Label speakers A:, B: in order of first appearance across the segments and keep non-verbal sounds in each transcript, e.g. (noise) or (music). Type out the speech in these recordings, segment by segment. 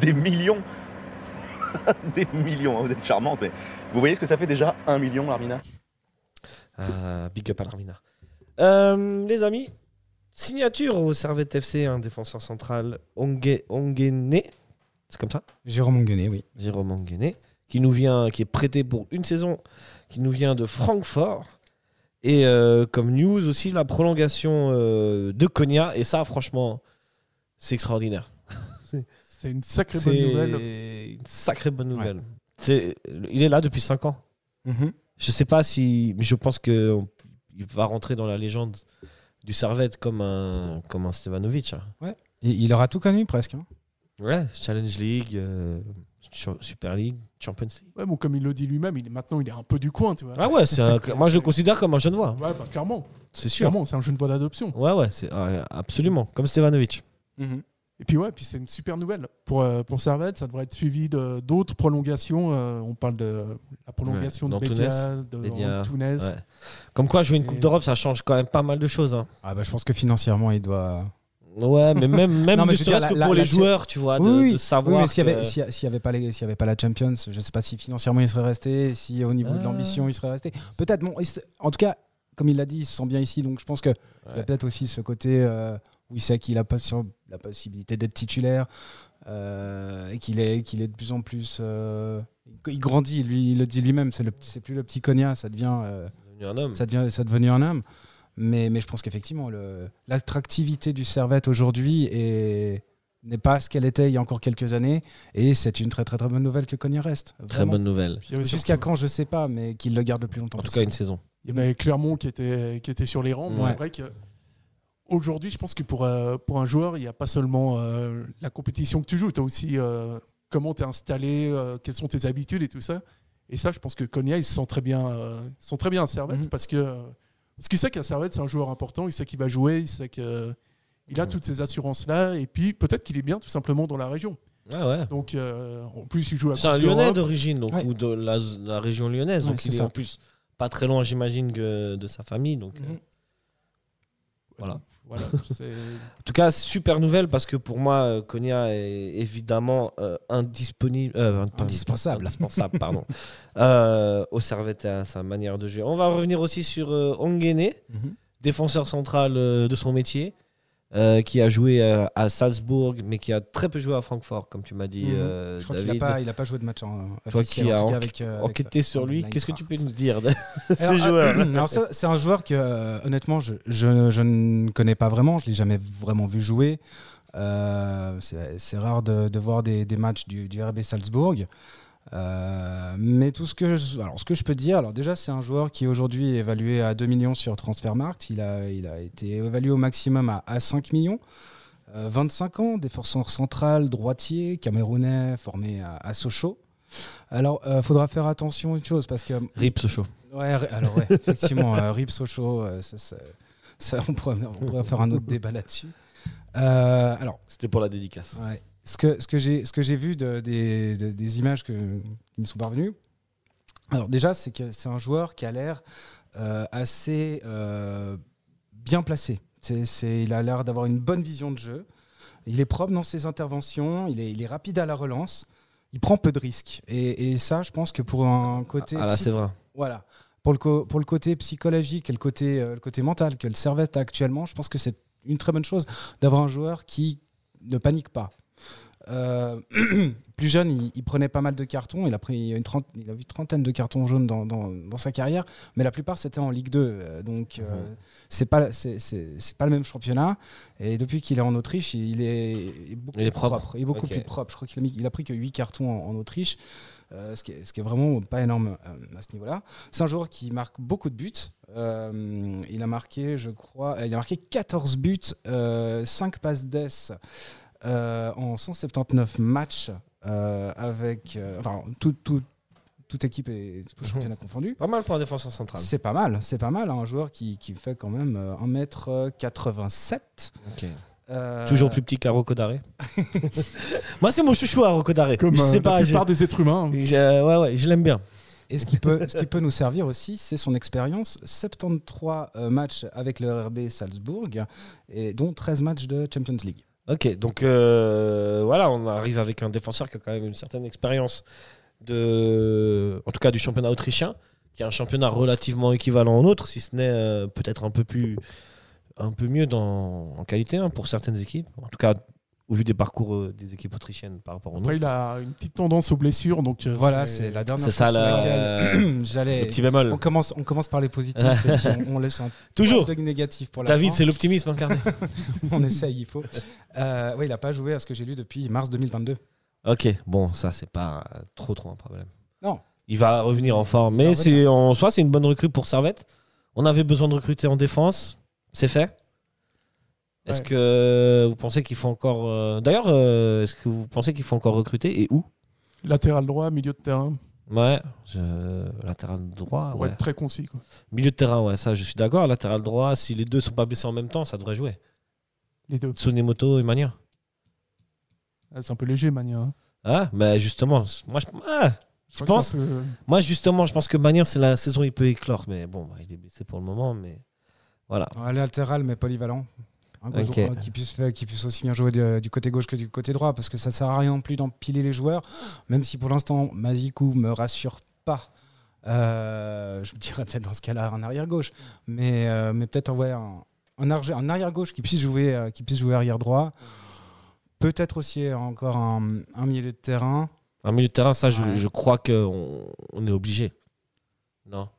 A: Des millions (laughs) Des millions, hein, vous êtes charmante, mais vous voyez ce que ça fait déjà Un million, Larmina
B: Ah, big up à l'Armina. Euh, les amis, signature au Servette FC, un défenseur central, Ongue- Onguene, c'est comme ça
C: Jérôme Onguené, oui.
B: Jérôme Onguene, qui nous vient, qui est prêté pour une saison, qui nous vient de Francfort. Et euh, comme news aussi, la prolongation euh, de Konya. Et ça, franchement, c'est extraordinaire.
D: C'est une sacrée
B: C'est
D: bonne nouvelle.
B: une sacrée bonne nouvelle. C'est- Il est là depuis 5 ans.
C: Mhm.
B: Je sais pas si. Mais je pense qu'il va rentrer dans la légende du Servette comme un, comme un Stevanovic. hein.
C: Et il aura tout connu presque. hein.
B: Ouais, Challenge League, euh, Su- Super League, Champions League.
D: Ouais, bon, comme il le dit lui-même, il est maintenant il est un peu du coin, tu vois.
B: Ah ouais, c'est un- moi je le considère comme un jeune voix.
D: Ouais, bah, clairement,
B: C'est sûr.
D: clairement, c'est un jeune voix d'adoption.
B: Ouais, ouais, c'est ouais, absolument. Comme Stevanovic. Mhm.
D: Et puis ouais, puis c'est une super nouvelle pour euh, pour Servette, ça devrait être suivi de- d'autres prolongations. euh, on parle de la prolongation
B: Ouais,
D: de
B: d'Antunes,
D: Bédia, de
B: Bédia,
D: Antunes.
B: Ouais. Comme quoi, jouer une Coupe
D: Et-
B: d'Europe, ça change quand même pas mal de choses. hein.
C: Ah bah, je pense que financièrement, il doit.
B: Ouais, mais
C: (laughs)
B: même, même
C: Non, mais
B: ne
C: je veux dire,
B: serait-ce que
C: la-
B: pour
C: la-
B: les
C: la-
B: joueurs, tu vois, de,
C: oui,
B: de
C: oui.
B: savoir.
C: Oui, mais s'il n'y
B: Ah, que-
C: avait, s'il y a- s'il y avait, pas les- s'il y avait pas la Champions, je ne sais pas si financièrement il serait resté, si au niveau de
B: Ah.
C: l'ambition il serait resté. Peut-être, bon, il se- en tout cas, comme il l'a dit, il se sent bien ici, donc je pense qu'il il y
B: Ouais.
C: a peut-être aussi ce côté euh, où il sait qu'il a pas sur- la possibilité d'être titulaire euh, et qu'il est, qu'il est de plus en plus. euh, il grandit, lui, il le dit lui-même, c'est le petit- c'est plus le petit cognac, ça devient. euh,
B: devenu un homme.
C: ça devient ça est devenu un âme mais, mais je pense qu'effectivement le- l'attractivité du Servette aujourd'hui est- n'est pas ce qu'elle était il y a encore quelques années et c'est une très très très bonne nouvelle que Konya reste
B: Très
C: Vraiment.
B: bonne nouvelle.
D: Il y avait
C: jusqu'à
D: surtout-
C: quand je sais pas mais qu'il le garde le plus longtemps
B: En tout cas,
C: possible.
B: une saison.
D: Il y en avait Clermont qui était qui était sur les rangs. mais
C: Ouais.
D: C'est vrai que aujourd'hui, je pense que pour euh, pour un joueur, il n'y a pas seulement euh, la compétition que tu joues, tu as aussi euh, comment tu es installé, euh, quelles sont tes habitudes et tout ça. Et ça, je pense que Konya, il se sent très bien, euh, il se sent très bien à Servette
C: Mhm.
D: parce que euh, parce qu'il sait qu'à Servette, c'est un joueur important, il sait qu'il va jouer, il sait que euh, il a
B: Mhm.
D: toutes ces assurances là et puis peut-être qu'il est bien tout simplement dans la région.
B: Ah ouais.
D: Donc euh, en plus il joue à
B: C'est un
D: Coupe d'Europe.
B: Lyonnais d'origine, donc,
C: Ouais.
B: ou de la, de la région lyonnaise.
C: Ouais,
B: donc,
C: c'est
B: il est
C: ça.
B: en plus pas très loin, j'imagine, que de sa famille. Donc, euh,
C: Mhm.
B: Voilà.
D: Voilà, c'est
B: En tout cas, super nouvelle parce que pour moi, euh, Konya est évidemment euh, indisponible, euh, pardon,
C: Indispensable.
B: indispensable, pardon, (laughs) euh, au Servette et à sa manière de jouer. On va revenir aussi sur euh, Ongene,
C: Mhm.
B: défenseur central euh, de son métier, euh, qui a joué euh, à Salzbourg, mais qui a très peu joué à Francfort, comme tu m'as dit,
C: Mhm.
B: euh,
C: je crois qu'il n'a
B: David.
C: pas, il a pas joué de match en,
B: Toi
C: officiel,
B: qui
C: en
B: as
C: tout cas,
B: enquê-
C: avec, euh, avec,
B: Enquêté
C: euh,
B: sur lui, qu'est-ce que tu peux nous dire de ce
C: Alors,
B: joueur
C: euh, (clears throat) alors, ça, c'est un joueur que, euh, honnêtement, je, je- je ne connais pas vraiment. Je l'ai jamais vraiment vu jouer. Euh, c'est c'est rare de, de voir des, des matchs du, du RB Salzbourg. Euh, mais tout ce que je, alors ce que je peux dire, alors déjà c'est un joueur qui aujourd'hui est évalué à 2 millions sur Transfermarkt, il a, il a été évalué au maximum à, à 5 millions, Euh, 25 ans, défenseur central, droitier, camerounais, formé à, à Sochaux. Alors euh, faudra faire attention à une chose parce que
B: Rip Sochaux.
C: Ouais, r- alors ouais, effectivement, euh, Rip Sochaux, euh, ça, ça- ça, on, pourrait, on pourrait faire un autre débat là-dessus. Euh, alors,
B: C'était pour la dédicace.
C: ouais, ce que, ce que j'ai ce que j'ai vu de- des, de- des images que, qui me sont parvenues, alors déjà, c'est que c'est un joueur qui a l'air euh, assez euh, bien placé. C'est- c'est- il a l'air d'avoir une bonne vision de jeu. Il est propre dans ses interventions, il est, il est rapide à la relance, il prend peu de risques. Et, et ça, je pense que pour un côté
B: Ah là,
C: psy-
B: c'est vrai.
C: voilà. Pour le, co- pour le côté psychologique et le côté, euh, le côté mental que le Servette a actuellement, je pense que c'est une très bonne chose d'avoir un joueur qui ne panique pas. Euh, (clears throat) plus jeune, il, il prenait pas mal de cartons. Il a pris une trente- il a eu une trentaine de cartons jaunes dans, dans- dans sa carrière, mais la plupart c'était en Ligue 2. euh, donc euh, c'est pas c'est- c'est c'est pas le même championnat. Et depuis qu'il est en Autriche, il est, il est beaucoup
B: Il est
C: plus
B: propre.
C: Il est beaucoup
B: Ok.
C: plus propre. Je crois qu'il a, mis- il a pris que 8 cartons en, en Autriche, euh, ce, qui est, ce qui est vraiment pas énorme euh, à ce niveau-là. C'est un joueur qui marque beaucoup de buts. Euh, il a marqué, je crois, euh, il a marqué 14 buts, 5 passes d'ess euh, en 179 matchs euh, avec euh, enfin, tout- tout- toute équipe et tout
B: Mhm.
C: championnat confondu.
B: Pas mal pour un défenseur central.
C: C'est pas mal, c'est pas mal. hein, un joueur qui, qui fait quand même euh, 1m87. euh,
B: Toujours plus petit qu'à Rocco (laughs) Daré. Moi, c'est mon chouchou à Rocco Daré.
D: (laughs) comme
B: je sais
D: euh,
B: pas.
D: la
B: j'ai-
D: plupart des êtres humains. hein.
B: j'ai- euh, ouais, ouais, je l'aime bien.
C: Et ce qui peut, ce qui peut nous servir aussi, c'est son expérience. 73 euh, matchs avec le RB Salzbourg, et dont 13 matchs de Champions League.
B: Ok, donc euh, voilà, on arrive avec un défenseur qui a quand même une certaine expérience de, en tout cas du championnat autrichien, qui est un championnat relativement équivalent au nôtre, si ce n'est euh, peut-être un peu plus, un peu mieux dans, en qualité hein, pour certaines équipes. En tout cas, au vu des parcours euh, des équipes autrichiennes par rapport au nôtre.
D: Après, il a une petite tendance aux blessures, donc euh,
C: Voilà, c'est la dernière
B: c'est
C: chose
B: ça,
C: sur
B: la-
C: laquelle
B: Le
C: (coughs) j'allais.
B: petit bémol.
C: On commence, on commence par
B: (laughs)
C: les positifs et puis on, on laisse un
B: Toujours.
C: peu de négatif pour la
B: David,
C: fin.
B: c'est l'optimisme incarné.
C: On essaye, il faut. Euh, oui, il n'a pas joué à ce que j'ai lu depuis mars 2022.
B: (laughs) ok, bon, ça c'est pas euh, trop trop un problème.
C: Non.
B: Il va revenir en forme, mais
C: va
B: c'est en soi c'est une bonne recrue pour Servette. On avait besoin de recruter en défense, c'est fait. Est-ce
D: Ouais.
B: que vous pensez qu'il faut encore euh, D'ailleurs, euh, est-ce que vous pensez qu'il faut encore recruter et où
D: latéral droit, milieu de terrain,
B: Ouais, je- latéral droit. Ah
D: pour
B: ouais.
D: être très concis. quoi.
B: Milieu de terrain, ouais, ça je suis d'accord. Latéral droit, si les deux sont pas blessés en même temps, ça devrait jouer.
D: Les deux.
B: Tsunemoto et Mania.
D: Ah, C'est un peu léger, Mania. hein.
B: Ah, mais justement, moi je, ah,
D: Je
B: Tu
D: crois que
B: penses
D: c'est un peu- euh,
B: moi justement, je pense que Mania, c'est la saison, il peut éclore, mais bon, bah, il est blessé pour le moment, mais voilà.
C: Ouais, latéral, mais polyvalent. Un gros
B: Ok.
C: joueur qui, puisse faire- qui puisse aussi bien jouer de- du côté gauche que du côté droit, parce que ça sert à rien non plus d'empiler les joueurs, même si pour l'instant, Mazikou me rassure pas. Euh, je me dirais peut-être dans ce cas-là un arrière-gauche, mais, euh, mais peut-être ouais, un, un arge- un arrière-gauche qui puisse jouer, euh, qui puisse jouer arrière-droit. Peut-être aussi euh, encore un, un milieu de terrain.
B: Un milieu de terrain, ça, je,
C: Ouais.
B: je crois qu'on on est obligé. Non.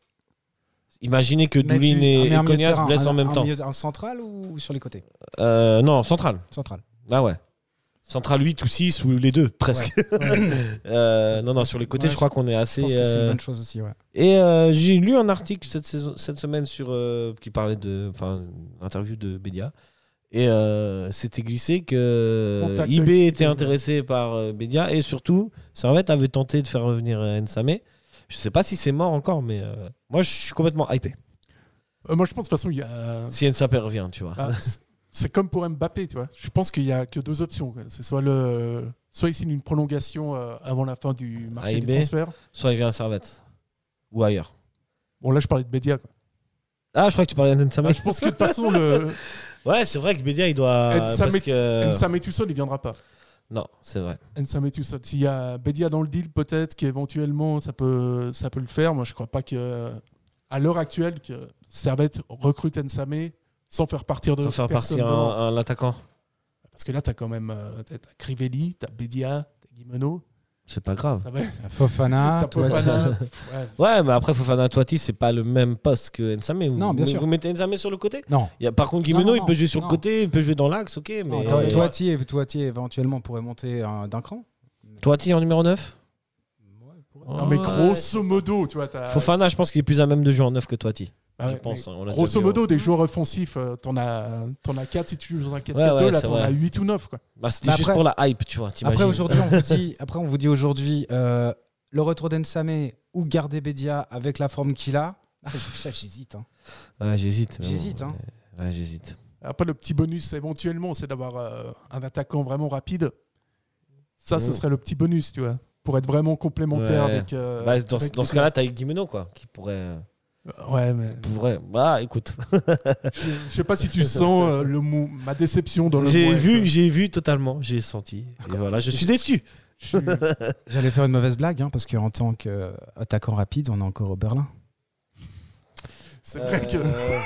B: Imaginez que
C: Mais
B: Doulin
C: tu- ah,
B: et,
C: mais
B: et
C: un milieu de
B: Cognas se
C: terrain,
B: blessent en
C: un-
B: même
C: un
B: temps.
C: milieu- un central ou sur les côtés
B: Euh, non, central.
C: Central.
B: Ah ouais. Central 8 ou 6 ou les deux, presque. (laughs) Euh, non, non, sur les côtés,
C: Ouais,
B: je crois qu'on est
C: Je
B: assez.
C: pense que c'est une
B: euh,
C: bonne chose aussi. Ouais.
B: Et euh, j'ai lu un article cette, saison- cette semaine sur, euh, qui parlait de. Enfin, une interview de Bédia. Et euh, c'était glissé que
D: Contact
B: IB
D: avec
B: était
D: IB.
B: intéressé par euh, Bédia. Et surtout, Servette avait tenté de faire revenir euh, Nsame. Je sais pas si c'est mort encore, mais euh, moi, je suis complètement hypé.
D: Euh, moi, je pense de toute façon, il y a.
B: Si Nsame revient, tu vois.
D: Ah, c'est- c'est comme pour Mbappé, tu vois. Je pense qu'il n'y a que deux options. quoi. C'est soit le, soit il signe une prolongation euh, avant la fin du marché
B: AIB.
D: des transferts.
B: Soit il vient à Servette. Ou ailleurs.
D: Bon, là, je parlais de Bédia. quoi.
B: Ah, je crois que tu parlais d'Nsame.
D: Ah, je pense que de toute façon,
B: (laughs)
D: le,
B: Ouais, c'est vrai que Bédia, il doit.
D: Nsame-
B: parce que-
D: Nsame tout seul, il viendra pas.
B: Non, c'est vrai.
D: Nsame tout seul. S'il y a Bédia dans le deal, peut-être qu'éventuellement, ça peut, ça peut le faire. Moi, je crois pas que, à l'heure actuelle, que Servette recrute Nsame sans faire partir de
B: Sans faire
D: personne
B: partir
D: devant.
B: un, un attaquant.
D: Parce que là, tu as quand même euh, t'as t'as Crivelli, tu as Bédia, tu as Guimeno.
B: C'est pas grave.
D: Ça va.
C: Fofana,
D: (laughs) T'as Fofana. Ouais,
B: Ouais, mais après, Fofana Toati, c'est pas le même poste que Nsame. Vous,
C: Non, bien
B: vous-
C: sûr.
B: Vous mettez Nsame sur le côté
C: Non,
B: Il y a- Par contre,
C: Non,
B: Guimeno,
C: non,
B: il peut jouer sur
C: non.
B: le côté, il peut jouer dans l'axe, ok. Mais
C: Toi-
B: euh,
C: Toiti, et- Toiti, éventuellement pourrait monter euh, d'un cran.
B: Toiti en numéro 9
D: Non, mais grosso modo, tu vois,
C: Ah,
D: t'as-
B: Fofana, je pense qu'il est plus à même de jouer en 9 que Toiti.
D: Ah ouais,
B: je pense. hein, on
D: mais
B: l'a
D: Grosso
B: déjà vu, hein.
D: modo, des joueurs offensifs, euh, t'en as, t'en as 4 si tu joues dans un 4-4-2,
B: Ouais, ouais,
D: là
B: c'est
D: t'en
B: vrai.
D: as 8 ou 9. Quoi.
B: Bah, C'était
C: Mais
B: juste
C: après-
B: pour la hype, tu vois. t'imagines.
C: Après aujourd'hui, on vous dit, après on vous dit aujourd'hui, euh, le retour d'Ensame ou garder Bedia avec la forme qu'il a. Ah, J'hésite. hein.
B: Ouais, j'hésite. mais bon,
C: J'hésite, hein.
B: euh, Ouais, j'hésite.
D: Après, le petit bonus éventuellement, c'est d'avoir euh, un attaquant vraiment rapide. Ça,
B: Mm.
D: ce serait le petit bonus, tu vois, pour être vraiment complémentaire
B: Ouais.
D: avec. euh,
B: Bah, dans,
D: avec
B: dans
D: les
B: ce cas-là, t'as Guimeno, quoi, qui pourrait. euh,
D: joueurs. Ouais, mais
B: pourrait... Bah, écoute.
D: je sais pas si
B: (laughs)
D: tu sens euh, le mou- ma déception dans le. hein.
B: J'ai
D: mot,
B: vu,
D: ouais,
B: j'ai vu totalement, j'ai senti. Et voilà, je suis déçu.
D: je suis-
C: J'allais faire une mauvaise blague hein, parce qu'en tant qu'attaquant rapide, on est encore au Berlin.
D: C'est vrai que.
B: Euh,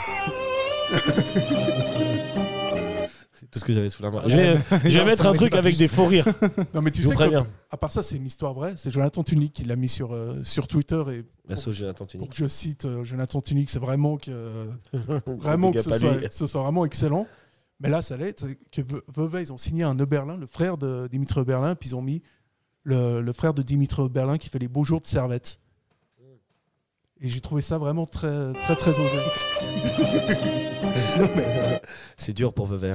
B: C'est tout ce que j'avais sous la main. Je vais, je vais
C: Non,
B: mettre
C: ça
B: un
C: m'aurait
B: truc
C: pas
B: avec
C: plus.
B: des faux rires.
D: (laughs) Non, mais tu
B: je vous
D: sais que,
B: préviens.
D: à part ça, c'est une histoire vraie. C'est Jonathan Tunic qui l'a mis sur, euh, sur Twitter et
B: Merci Jonathan Tunic.
D: pour que je cite euh, Jonathan Tunic, c'est vraiment que, euh, (laughs) vraiment que ce, soit, que ce soit vraiment excellent. Mais là, ça l'est. c'est Que Ve- Vevey, ils ont signé un Oberlin, le frère de Dimitri Oberlin, puis ils ont mis le, le frère de Dimitri Oberlin qui fait les beaux jours de Servette. Et j'ai trouvé ça vraiment très, très, très osé.
B: C'est dur pour
D: (laughs)
B: Vever.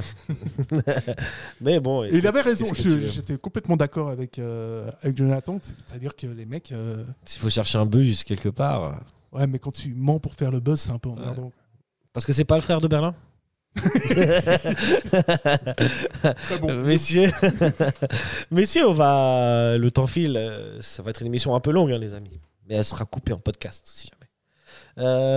B: Mais bon.
D: Et il avait raison.
B: qu'est-ce que
D: Je-
B: tu veux
D: J'étais complètement d'accord avec, euh, avec Jonathan. C'est-à-dire que les mecs. euh,
B: S'il faut chercher un bus quelque part.
D: ouais, mais quand tu mens pour faire le buzz, c'est un peu emmerdant.
B: Parce que c'est pas le frère de Berlin
D: Très bon.
B: Messieurs, (laughs) messieurs, on va. Le temps file. euh, Ça va être une émission un peu longue, hein, les amis. Mais elle sera coupée en podcast, si jamais. Euh,